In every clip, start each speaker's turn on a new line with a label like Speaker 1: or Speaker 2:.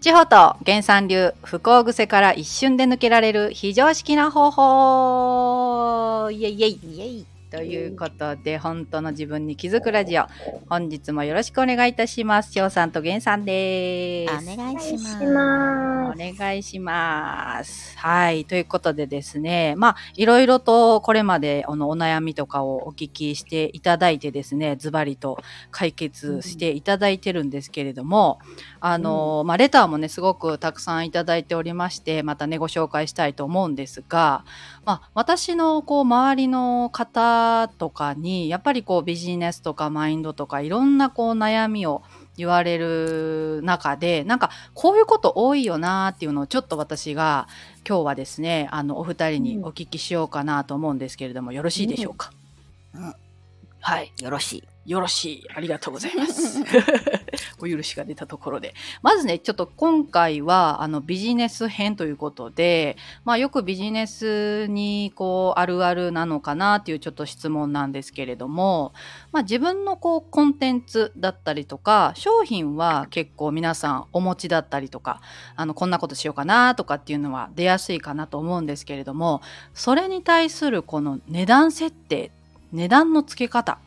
Speaker 1: 地方と原産流不幸癖から一瞬で抜けられる非常識な方法イエイイエイイエイということで本当の自分に気づくラジオ本日もよろしくお願いいたします翔さんと源さんで
Speaker 2: お
Speaker 1: す
Speaker 2: 願いします。
Speaker 1: お
Speaker 3: ま
Speaker 1: 願いします。はい。ということでですね、まあ、いろいろとこれまであのお悩みとかをお聞きしていただいてですね、ズバリと解決していただいてるんですけれども、あの、まあ、レターもね、すごくたくさんいただいておりまして、またね、ご紹介したいと思うんですが、まあ、私のこう、周りの方とかに、やっぱりこう、ビジネスとかマインドとか、いろんなこう、悩みを言われる中で、なんか、こういうこと多いよなーっていうのをちょっと私が今日はですね、あのお二人にお聞きしようかなと思うんですけれども、よろしいでしょうか。
Speaker 2: うん
Speaker 1: はい、
Speaker 2: よろしい。
Speaker 1: よろしい。ありがとうございます。お許しが出たところで。まずね、ちょっと今回はあのビジネス編ということで、まあよくビジネスにこうあるあるなのかなっていうちょっと質問なんですけれども、まあ自分のこうコンテンツだったりとか、商品は結構皆さんお持ちだったりとか、あのこんなことしようかなとかっていうのは出やすいかなと思うんですけれども、それに対するこの値段設定、値段の付け方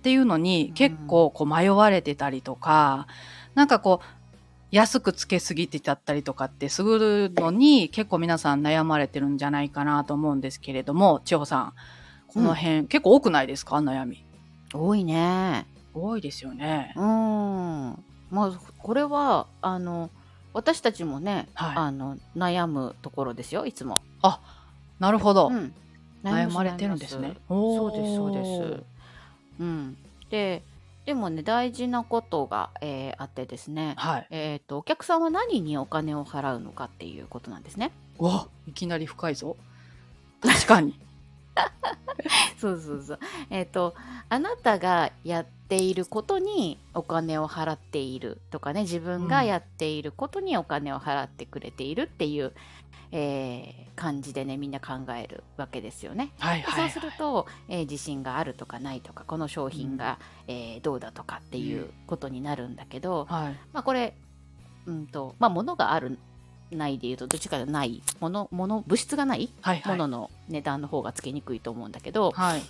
Speaker 1: っていうのに結構こう迷われてたりとか、なんかこう安くつけすぎてちゃったりとかってするのに結構皆さん悩まれてるんじゃないかなと思うんですけれども千穂さんこの辺、結構多くないですか悩み
Speaker 2: 多いね。
Speaker 1: 多いですよね
Speaker 2: う、ん。まあこれはあの私たちもね、
Speaker 1: はい
Speaker 2: あの悩むところですよ。いつも。
Speaker 1: なるほど、
Speaker 2: うん
Speaker 1: 悩まれてるんですね。
Speaker 2: そ
Speaker 1: そう
Speaker 2: ですそうです。うん。ででもね大事なことが、えーあってですね。
Speaker 1: はい
Speaker 2: えっ、とお客さんは何にお金を払うのかっていうことなんですね。
Speaker 1: うわいきなり深いぞ確か に
Speaker 2: そうそうそう。えっ、とあなたがやっていることにお金を払っているとかね自分がやっていることにお金を払ってくれているっていう、えー感じでねみんな考えるわけですよね。
Speaker 1: はい
Speaker 2: で
Speaker 1: はい、はい、
Speaker 2: そうすると、えー自信があるとかないとかこの商品が、えーどうだとかっていうことになるんだけど、
Speaker 1: はい
Speaker 2: まあこれ、うんとまあ、物があるないでいうとどっちかがない物物物質がない
Speaker 1: はいは
Speaker 2: も
Speaker 1: い
Speaker 2: のの値段の方がつけにくいと思うんだけど、
Speaker 1: はい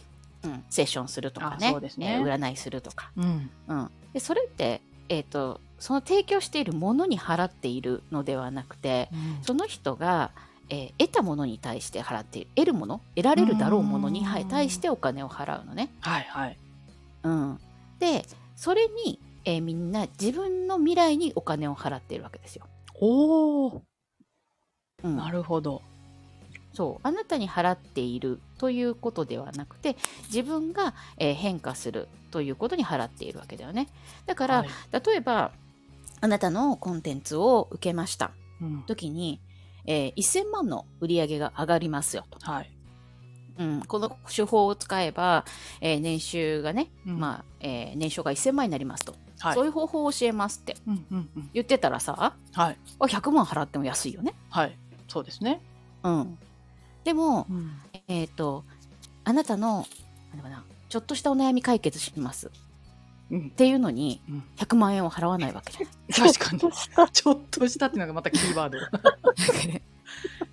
Speaker 2: うん、セッションするとか
Speaker 1: あ
Speaker 2: ね
Speaker 1: そうですね
Speaker 2: えー占いするとか、
Speaker 1: うん
Speaker 2: うん、でそれって、えー、とその提供しているものに払っているのではなくて
Speaker 1: うん
Speaker 2: その人が、えー得たものに対して払っている得るもの得られるだろうものには
Speaker 1: うん
Speaker 2: 対してお金を払うのね。
Speaker 1: はいはい
Speaker 2: うん、でそれに、えーみんな自分の未来にお金を払っているわけですよ。
Speaker 1: おお
Speaker 2: うん、
Speaker 1: なるほど
Speaker 2: そうあなたに払っているということではなくて自分が、えー変化するということに払っているわけだよねだから、
Speaker 1: はい
Speaker 2: 例えばあなたのコンテンツを受けました
Speaker 1: うん
Speaker 2: 時に、えー1000万の売り上げが上がりますよと、
Speaker 1: はい
Speaker 2: うん、この手法を使えば、えー年収がね、
Speaker 1: うん
Speaker 2: まあえー年商が1000万になりますと、
Speaker 1: はい
Speaker 2: そういう方法を教えますって
Speaker 1: うんうんうん
Speaker 2: 言ってたらさ
Speaker 1: はい
Speaker 2: あ100万払っても安いよね、
Speaker 1: はいそうですね
Speaker 2: うん、でも
Speaker 1: うん
Speaker 2: えっ、と、あなたの、なんだかな、ちょっとしたお悩み解決しますっ
Speaker 1: うん
Speaker 2: ていうのに
Speaker 1: うん、
Speaker 2: 100万円を払わないわけじゃない。
Speaker 1: 確かに ちょっとしたっていうのがまたキーワー ド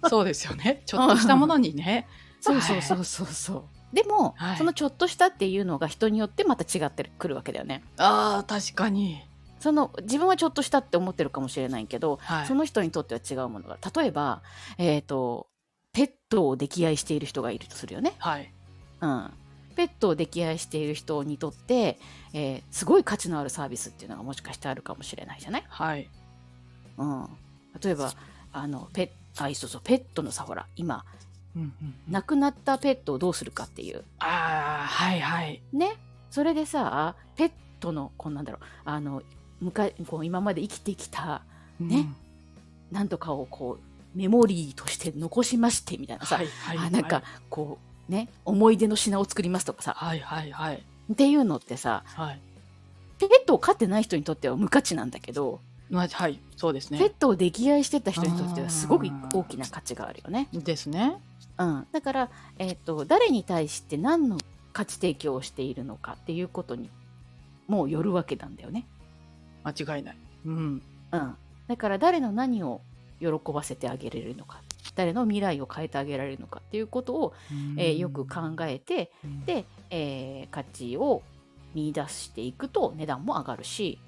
Speaker 1: そうですよねちょっとしたものにね
Speaker 2: そうそうそうそうそう。でも、
Speaker 1: はい
Speaker 2: そのちょっとしたっていうのが人によってまた違ってくるわけだよね。
Speaker 1: あー確かに
Speaker 2: その自分はちょっとしたって思ってるかもしれないけど、
Speaker 1: はい
Speaker 2: その人にとっては違うものが例えば、えっとペットを溺愛している人がいるとするよね、
Speaker 1: はい
Speaker 2: うん、ペットを溺愛している人にとって、えーすごい価値のあるサービスっていうのがもしかしてあるかもしれないじゃない
Speaker 1: はい
Speaker 2: うん、例えばあのペッあそうそうペットのさほら今
Speaker 1: うんうんうん
Speaker 2: 亡くなったペットをどうするかっていう
Speaker 1: あーはいはい
Speaker 2: ねそれでさペットのこうなんだろうあのむかこう今まで生きてきたね
Speaker 1: うん
Speaker 2: なんとかをこうメモリーとして残しましてみたいなさ、
Speaker 1: はいはいは
Speaker 2: あ
Speaker 1: い
Speaker 2: なんかこうね思い出の品を作りますとかさ
Speaker 1: はいはいはい
Speaker 2: っていうのってさ
Speaker 1: はい
Speaker 2: ペットを飼ってない人にとっては無価値なんだけど、
Speaker 1: まあはいそうです
Speaker 2: ペッ
Speaker 1: ね
Speaker 2: トを溺愛してた人にとってはすごく大きな価値があるよね。
Speaker 1: ですね
Speaker 2: うん、だから、えー、と誰に対して何の価値提供をしているのかっていうことにもうよるわけなんだよね。
Speaker 1: 間違いないうん
Speaker 2: うん、だから誰の何を喜ばせてあげれるのか誰の未来を変えてあげられるのかっていうことを、えーよく考えて
Speaker 1: で、
Speaker 2: で、えー価値を見出していくと値段も上がるし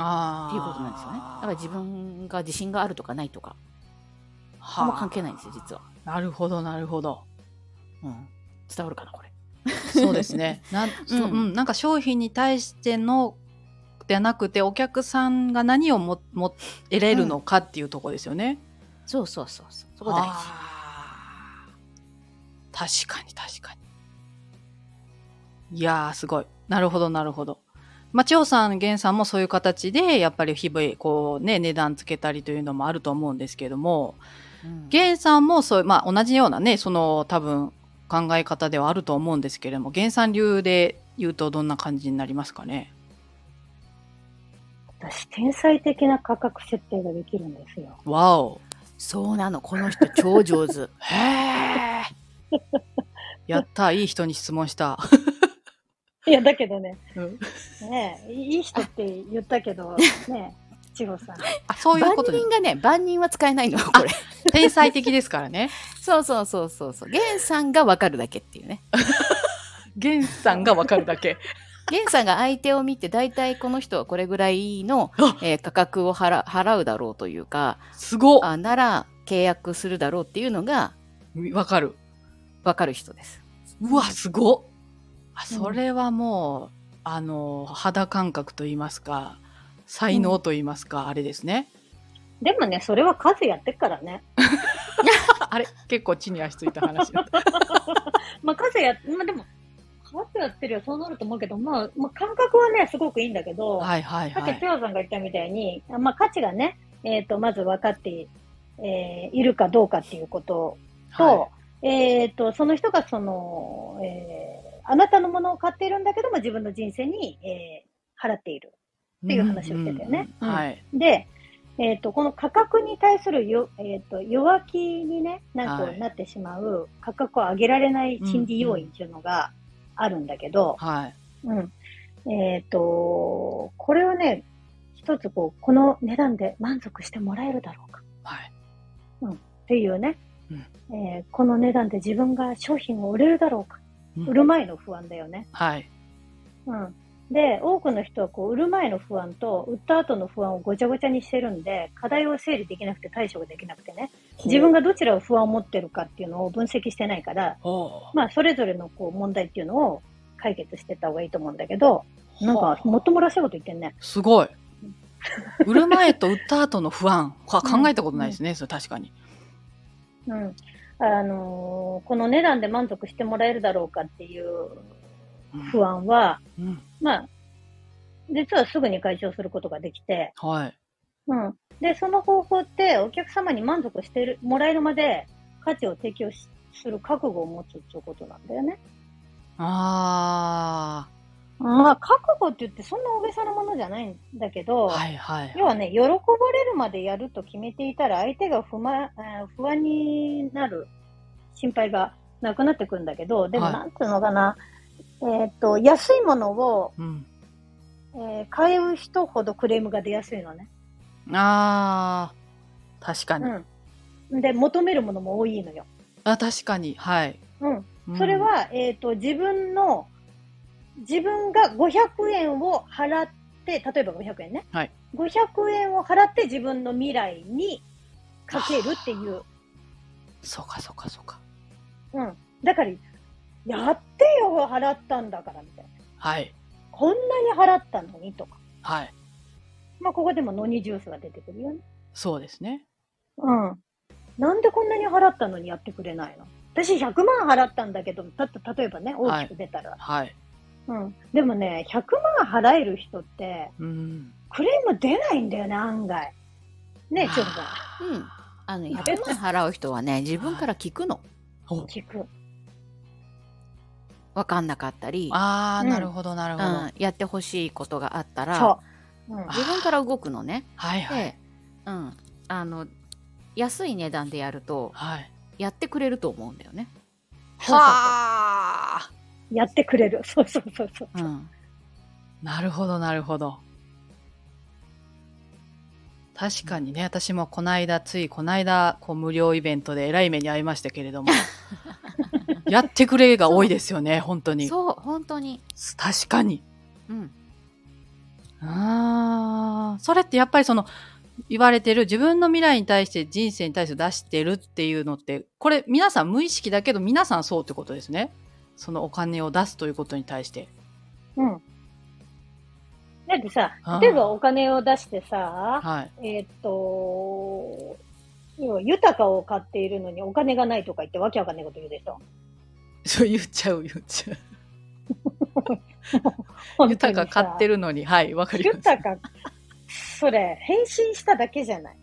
Speaker 1: あ
Speaker 2: っていうことなんですよねだから自
Speaker 1: も
Speaker 2: 分が自信があるとかないとかあんま関係ないんですよ実は、
Speaker 1: なるほど、なるほ ど。
Speaker 2: うん、伝わるかなこれ
Speaker 1: そうですね。なん、そう
Speaker 2: うん
Speaker 1: うん、なんか商品に対しての。ではなくて、お客さんが何をも、も、得れるのかっていうところですよね。
Speaker 2: そうそうそうそうそ
Speaker 1: そ
Speaker 2: こ
Speaker 1: こ
Speaker 2: 大
Speaker 1: 大
Speaker 2: 事
Speaker 1: 事。確かに、確かに。いやー、すごい。なるほど、なるほど。まあ、千代さん、源さんもそういう形で、やっぱり日々、こうね、値段つけたりというのもあると思うんですけども、
Speaker 2: うん
Speaker 1: ゲンさんもそう、まあ、同じようなね、その多分考え方ではあると思うんですけれども、ゲンさん流で言うとどんな感じになりますかね。
Speaker 3: 私、天才的な価格設定ができるんですよ。
Speaker 1: わお。
Speaker 2: そうなのこの人超上 手
Speaker 1: へえ。やった、いい人に質問した。
Speaker 3: いや、だけどね、
Speaker 1: うん
Speaker 3: ねえ、いい人って言った けど、ねえ、千穂さん。
Speaker 1: あ、そういう
Speaker 2: 万
Speaker 1: ことね
Speaker 2: 人。がね万人は使えないのこれ
Speaker 1: 天才的ですからね。
Speaker 2: そうそうそうそうそう源さんが分かるだけっていうね
Speaker 1: ゲンさんがわかるだけ。
Speaker 2: 源さんが相手を見て大体この人はこれぐらいの
Speaker 1: あ、
Speaker 2: えー価格を払払うだろうというか
Speaker 1: すごっ。
Speaker 2: あなら契約するだろうっていうのが
Speaker 1: わかる。
Speaker 2: 分かる人です
Speaker 1: うわ、すごっ。あ、それはもう、あの、肌感覚と言いますか、才能と言いますか、あれです ね。
Speaker 3: でもね、それは数やってっからね。
Speaker 1: あれ、結構地に足ついた話だった。
Speaker 3: まあ、数や、まあでも、数やってるよ、そうなると思うけど、まあ、まあ、感覚はね、すごくいいんだけ ど、
Speaker 1: はいはい
Speaker 3: さっ
Speaker 1: は
Speaker 3: き
Speaker 1: い
Speaker 3: 千。代さんが言ったみたいに、まあ、価値がね、えっ、と、まず分かって、えーいるかどうかっていうことと、えっ、と、その人がその、えーあなたのものを買っているんだけども、自分の人生に、えー払っている。っていう話をしてたよね
Speaker 1: うんうんうんはい。
Speaker 3: で、えっ、と、この価格に対するよ、えっ、と、弱気にね、なん
Speaker 1: は
Speaker 3: か
Speaker 1: い
Speaker 3: なってしまう、価格を上げられない心理要因っていうのがあるんだけど、
Speaker 1: はい。
Speaker 3: うん。えっ、と、これをね、一つこう、この値段で満足してもらえるだろうか
Speaker 1: はい。
Speaker 3: っていうね、えーこの値段で自分が商品を売れるだろうか、
Speaker 1: うん
Speaker 3: 売る前の不安だよね。
Speaker 1: はい。
Speaker 3: うん。で、多くの人はこう、売る前の不安と、売った後の不安をごちゃごちゃにしてるんで、課題を整理できなくて対処ができなくてね、自分
Speaker 1: が。
Speaker 3: がどちらを不安を持ってるかっていうのを分析してないから、
Speaker 1: ほ
Speaker 3: まあ、それぞれのこう、問題っていうのを解決してった方がいいと思うんだけど、
Speaker 1: う
Speaker 3: なんか、もっともらしいこと言ってんね。
Speaker 1: すごい。売る前と売った後の不 安。は考えたことないですね、それ確かに。
Speaker 3: うんあのーこの値段で満足してもらえるだろうかっていう不安は、
Speaker 1: うん。
Speaker 3: まあ、実はすぐに解消することができて、
Speaker 1: はい。
Speaker 3: うん、でその方法ってお客様に満足してるもらえるまで価値を提供しする覚悟を持つっていうことなんだよね。
Speaker 1: あ
Speaker 3: まあ、覚悟って言ってそんな大げさなものじゃないんだけど、
Speaker 1: あ。はいはい。
Speaker 3: 要はね、喜ばれるまでやると決めていたら、相手が不満、あー不安になる心配がなくなってくるんだけど、でも
Speaker 1: はい
Speaker 3: なんていうのかな、えーっと、安いものを、
Speaker 1: うん。
Speaker 3: えー買う人ほどクレームが出やすいのね。
Speaker 1: ああ。確かに。
Speaker 3: うん。で、求めるものも多いのよ。
Speaker 1: あ、確かに。はい。
Speaker 3: うん。
Speaker 1: うん
Speaker 3: それ、は、えーっと、自分の、自分が500円を払って、例えば500円ね。
Speaker 1: はい。
Speaker 3: 500円を払って自分の未来にかけるっていう。
Speaker 1: そうかそうかそうか。
Speaker 3: うん。だから、やってよ、払ったんだから、みたいな。
Speaker 1: はい。
Speaker 3: こんなに払ったのにとか。
Speaker 1: はい。
Speaker 3: まあ、ここでもノニジュースが出てくるよね。
Speaker 1: そうですね。
Speaker 3: うん。なんでこんなに払ったのにやってくれないの私100万払ったんだけど、たった例えばね、大きく出たら。
Speaker 1: はい。
Speaker 3: うん。でもね、100万払える人って、
Speaker 1: うん。
Speaker 3: クレーム出ないんだよね、案外。ね、ちょっ
Speaker 1: あ
Speaker 2: うんあの
Speaker 3: な
Speaker 2: 100万払う人はね自分から聞くの
Speaker 1: ーお
Speaker 3: と聞く。
Speaker 2: 分かんなかったり、
Speaker 1: あ
Speaker 3: う
Speaker 1: ー、
Speaker 3: ん
Speaker 1: なるほどなる
Speaker 2: う
Speaker 1: ほど。
Speaker 2: ん、やってほしいことがあったら
Speaker 3: そう。うん。
Speaker 2: 自分から動くのね
Speaker 1: はいはい。
Speaker 2: で、うん、あの安い値段でやると
Speaker 1: はい。
Speaker 2: やってくれると思うんだよね。
Speaker 3: そうそうそ
Speaker 1: はあ
Speaker 3: う。やってくれる。そうそうそうそう。
Speaker 2: うん、
Speaker 1: なるほどなるほど確かにね、私もこの間、ついこの間、こう無料イベントでえらい目に遭いましたけれど も、やってくれが多いですよね、本当に。
Speaker 2: そう本当に、
Speaker 1: 確かに。
Speaker 2: うん、
Speaker 1: ああ、それってやっぱりその、言われてる自分の未来に対して人生に対して出してるっていうのって、これ皆さん無意識だけど皆さんそうってことですね。そのお金を出すということに対して。
Speaker 3: うん。だってさ
Speaker 1: あー、
Speaker 3: 例えばお金を出してさ、
Speaker 1: はい。
Speaker 3: えーっと、要は豊かを買っているのにお金がないとか言ってわけわかんないこと言うでしょ。
Speaker 1: そう言っちゃう、言っちゃう。
Speaker 3: 本当
Speaker 1: 豊
Speaker 3: にさ
Speaker 1: か買ってるのに、はい、わかります。
Speaker 3: 豊か、それ、変身しただけじゃない。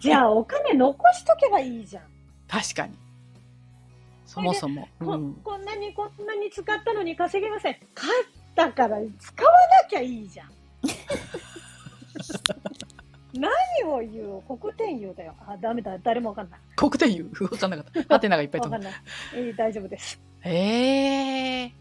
Speaker 3: じゃあお金残しとけばいいじゃん。
Speaker 1: 確かに。そもそも。
Speaker 3: こ
Speaker 1: うん
Speaker 3: こんなにこんなに使ったのに稼げません。買ったから使わなきゃい いじゃん。何を言う国天言うだよ。あ、ダメだ。誰もわかんない。
Speaker 1: 黒点言う。わかんなかった。ハテナがいっぱい
Speaker 3: わ
Speaker 1: 飛
Speaker 3: か
Speaker 1: ぶ
Speaker 3: ん。ない。えー大丈夫です。
Speaker 1: ええー。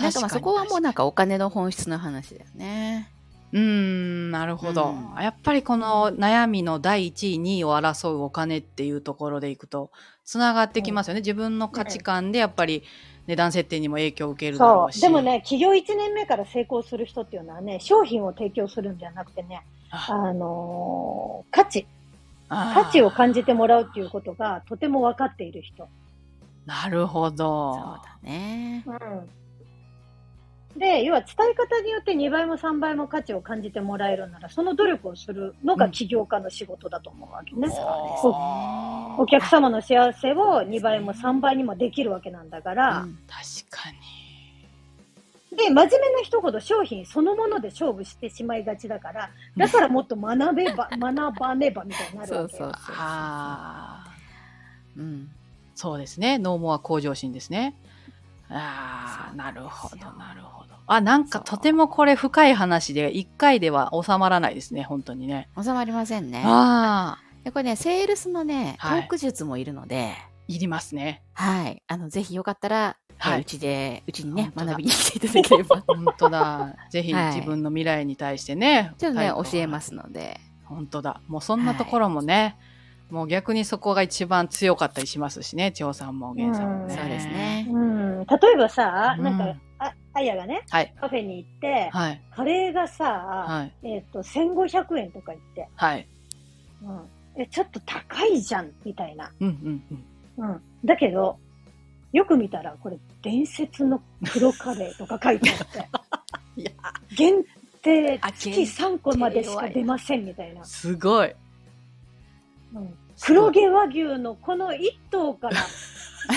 Speaker 2: なんかまあそこはもうなん
Speaker 1: か
Speaker 2: かお金の本質の話だよね
Speaker 1: うーんなるほど、
Speaker 2: う
Speaker 1: やっぱりこの悩みの第1位2位を争うお金っていうところでいくとつながってきますよね、自分の価値観でやっぱり値段設定にも影響を受けるだろ
Speaker 3: そうう。
Speaker 1: し
Speaker 3: でもね、企業1年目から成功する人っていうのはね、商品を提供するんじゃなくてね、
Speaker 1: あ
Speaker 3: あのー価値、
Speaker 1: あー
Speaker 3: 価値を感じてもらうっていうことがとても分かっている人。
Speaker 1: なるほ
Speaker 2: そう
Speaker 1: ど
Speaker 2: だね
Speaker 3: うん。で、要は伝え方によって2倍も3倍も価値を感じてもらえるなら、その努力をするのが起業家の仕事だと思うわけ
Speaker 1: そう
Speaker 3: ね。
Speaker 1: ですね
Speaker 3: お客様の幸せを2倍も3倍にもできるわけなんだから、
Speaker 2: うん
Speaker 1: 確かに
Speaker 3: で、真面目な人ほど商品そのもので勝負してしまいがちだから、だからもっと学べば、 学ばねばみたいになる
Speaker 2: そ
Speaker 3: わ
Speaker 2: う
Speaker 3: け
Speaker 2: そうそう
Speaker 3: よ。
Speaker 2: そう
Speaker 1: ああ
Speaker 2: うん
Speaker 1: そうですね。ノーモア向上心ですね。ああ、
Speaker 2: そう
Speaker 1: な
Speaker 2: なんです
Speaker 1: る
Speaker 2: よ
Speaker 1: ほど、なるほど。あ、なんか
Speaker 2: そう
Speaker 1: とてもこれ深い話で、一回では収まらないですね、本当にね。
Speaker 2: 収まりませんね
Speaker 1: ああ、
Speaker 2: でこれねセールスのねト
Speaker 1: はい
Speaker 2: ーク術もいるので
Speaker 1: いりますね。
Speaker 2: はい、あのぜひよかったら
Speaker 1: は
Speaker 2: はいい、うちでうちに
Speaker 1: 本
Speaker 2: ね
Speaker 1: 当だ
Speaker 2: 学びに来ていただけ れば
Speaker 1: 本当 だ。ぜひ
Speaker 2: はい
Speaker 1: 自分の未来に対してね。
Speaker 2: ちょっとね
Speaker 1: 態度を
Speaker 2: 教えますので
Speaker 1: 本当だ。もうそんなところもね、もう逆にそこが一番強かったりしますしね、千代さんも源さんもね。
Speaker 2: そうです。ね
Speaker 3: うん。例えばさ、なん
Speaker 1: う
Speaker 3: か
Speaker 1: ん、
Speaker 3: あ、あやがね、
Speaker 1: はい。
Speaker 3: カフェに行って、
Speaker 1: はい。
Speaker 3: カレーがさ、
Speaker 1: はい。
Speaker 3: えっ、と、1500円とか言って、
Speaker 1: はい。
Speaker 3: うん、え、ちょっと高いじゃん、みたいな。
Speaker 1: うんうんうん。
Speaker 3: うん。だけど、よく見たら、これ、伝説の黒カレーとか書いてあっ
Speaker 1: いや
Speaker 3: て、限定
Speaker 1: あ
Speaker 3: 月3個までしか出ません、みたいな。
Speaker 1: すごい。
Speaker 3: うん、黒毛和牛のこの1頭から、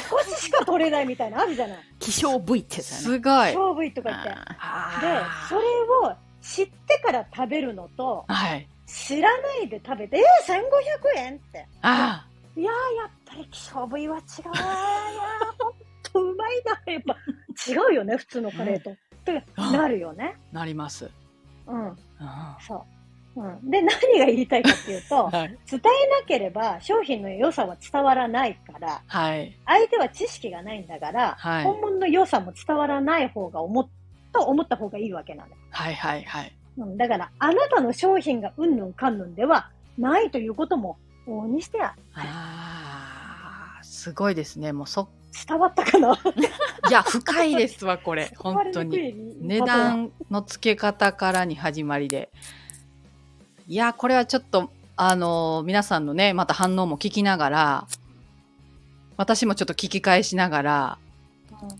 Speaker 3: 少ししか取れないみたいな、ある じゃない。
Speaker 2: 希少部位ってやつだね
Speaker 1: すごい。
Speaker 3: 勝負とか言って。
Speaker 2: あ
Speaker 3: で
Speaker 1: あ、
Speaker 3: それを知ってから食べるのと、
Speaker 1: ーはい。
Speaker 3: 知らないで食べて、えー、1500円って。
Speaker 1: あ
Speaker 3: いやー、やっぱり希少部位は違うわー。いやーほんとうまいな。やっぱ違うよね、普通のカレーと。ってなるよね。
Speaker 1: あ、なります。
Speaker 3: う
Speaker 1: う
Speaker 3: ん、
Speaker 1: んは
Speaker 3: そう。うん、で、何が言いたいかっていう と、
Speaker 1: い。
Speaker 3: 伝えなければ商品の良さは伝わらないから、
Speaker 1: はい。
Speaker 3: 相手は知識がないんだから、
Speaker 1: はい
Speaker 3: 本物の良さも伝わらない方が思っと思った方がいいわけなんだよ。
Speaker 1: はい。はい。はい。
Speaker 3: うん、だから、あなたの商品がうんぬんかんぬんではないということも往々にしては
Speaker 1: ああ、すごいですね。もうそ、
Speaker 3: 伝わったかな。
Speaker 1: いや、深いですわ、 これ。本当に。
Speaker 3: に
Speaker 1: 値段の付け方からに始まりで。いや、これはちょっと、あのー皆さんのね、また反応も聞きながら、私もちょっと聞き返しながら、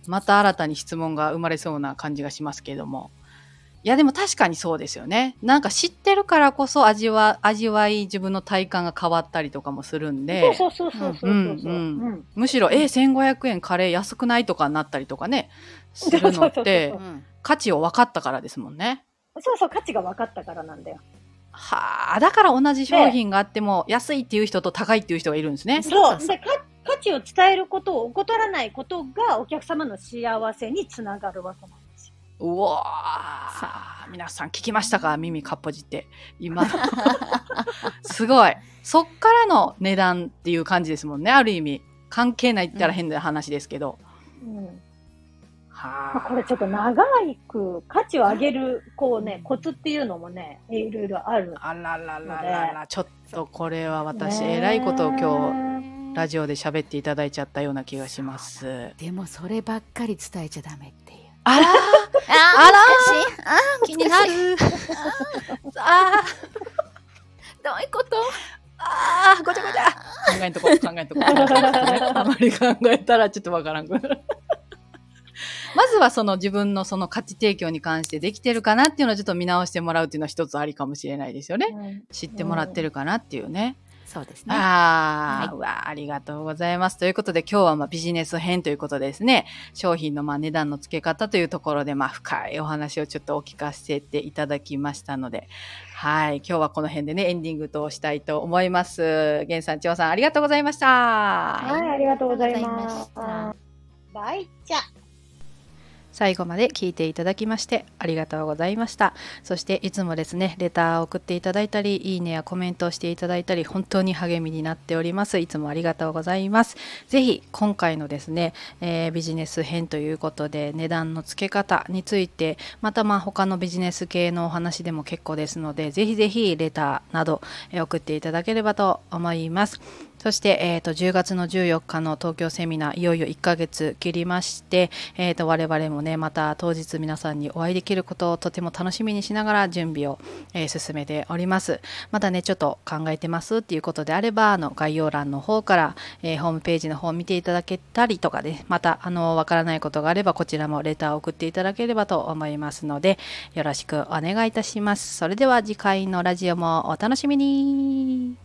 Speaker 1: また新たに質問が生まれそうな感じがしますけれども。いや、でも確かにそうですよね。なんか知ってるからこそ味わ、味わい、自分の体感が変わったりとかもするんで、
Speaker 3: そうそうそうそうそうそう。
Speaker 1: うんうんうむしろ、え、1500円カレー安くないとかになったりとかね、するのって
Speaker 3: そ、
Speaker 2: うん
Speaker 1: 価値を分かったからですもんね。
Speaker 3: そうそう、価値が分かったからなんだよ。
Speaker 1: はあ、だから同じ商品があっても、安いっていう人と高いっていう人がいるんですね。
Speaker 3: そう
Speaker 2: うそう
Speaker 3: でか価値を伝えることを怠らないことがお客様の幸せにつながるわけなんですよ。
Speaker 1: うわあ、皆さん聞きましたか耳かっぽじって。 今の。すごい。そっからの値段っていう感じですもんね。ある意味。関係ないって言ったら変な話ですけど。
Speaker 3: うん、まあ、こ
Speaker 1: は
Speaker 3: れちょっと長く価値を上げる、こうね、コツっていうのもね、いろいろある。
Speaker 1: あ。あららららら、ちょっとこれは私、
Speaker 3: ね
Speaker 1: えらいことを今日、ラ
Speaker 2: ラジ
Speaker 1: ジオで喋っていただいちゃったような気がします。
Speaker 2: オでもそればっかり伝えちゃダメっていう
Speaker 1: あら
Speaker 2: あ
Speaker 1: あら
Speaker 2: しいあー
Speaker 1: 気になる。あー
Speaker 2: どういうこと
Speaker 1: あー、ごちゃごちゃ。考えんとこ、考えんとこ。あまり考えたらちょっとわからんくなる。まずはその自分のその価値提供に関してできてるかなっていうのをちょっと見直してもらうっていうのは一つありかもしれないですよね。
Speaker 3: うん
Speaker 1: 知ってもらってるかなっていうね。
Speaker 2: そうですね
Speaker 1: ああ、
Speaker 2: は
Speaker 1: うわあ、ありがとうございます。ということで今日はまあビジネス編ということでですね、商品のまあ値段の付け方というところでまあ深いお話をちょっとお聞かせていただきましたので、はい、今日はこの辺でね、エンディングとしたいと思います。源さん、千代さん、ありがとうございました。
Speaker 3: はい、ありがとうございま
Speaker 2: ありがとう
Speaker 3: す
Speaker 2: ございました。
Speaker 3: バイチャ。
Speaker 1: 最後まで聞いていただきましてありがとうございましたそしていつもですねレターを送っていただいたりいいねやコメントをしていただいたり本当に励みになっておりますいつもありがとうございますぜひ今回のですね、えービジネス編ということで値段の付け方についてまたまあ他のビジネス系のお話でも結構ですのでぜひぜひレターなどえー送っていただければと思いますそして、えー、と10月の14日の東京セミナーいよいよ1ヶ月切りまして、えー、と我々もねまた当日皆さんにお会いできることをとても楽しみにしながら準備を、えー進めておりますまだねちょっと考えてますっていうことであればあの概要欄の方から、えーホームページの方を見ていただけたりとかでまたあのわからないことがあればこちらもレターを送っていただければと思いますのでよろしくお願いいたしますそれでは次回のラジオもお楽しみに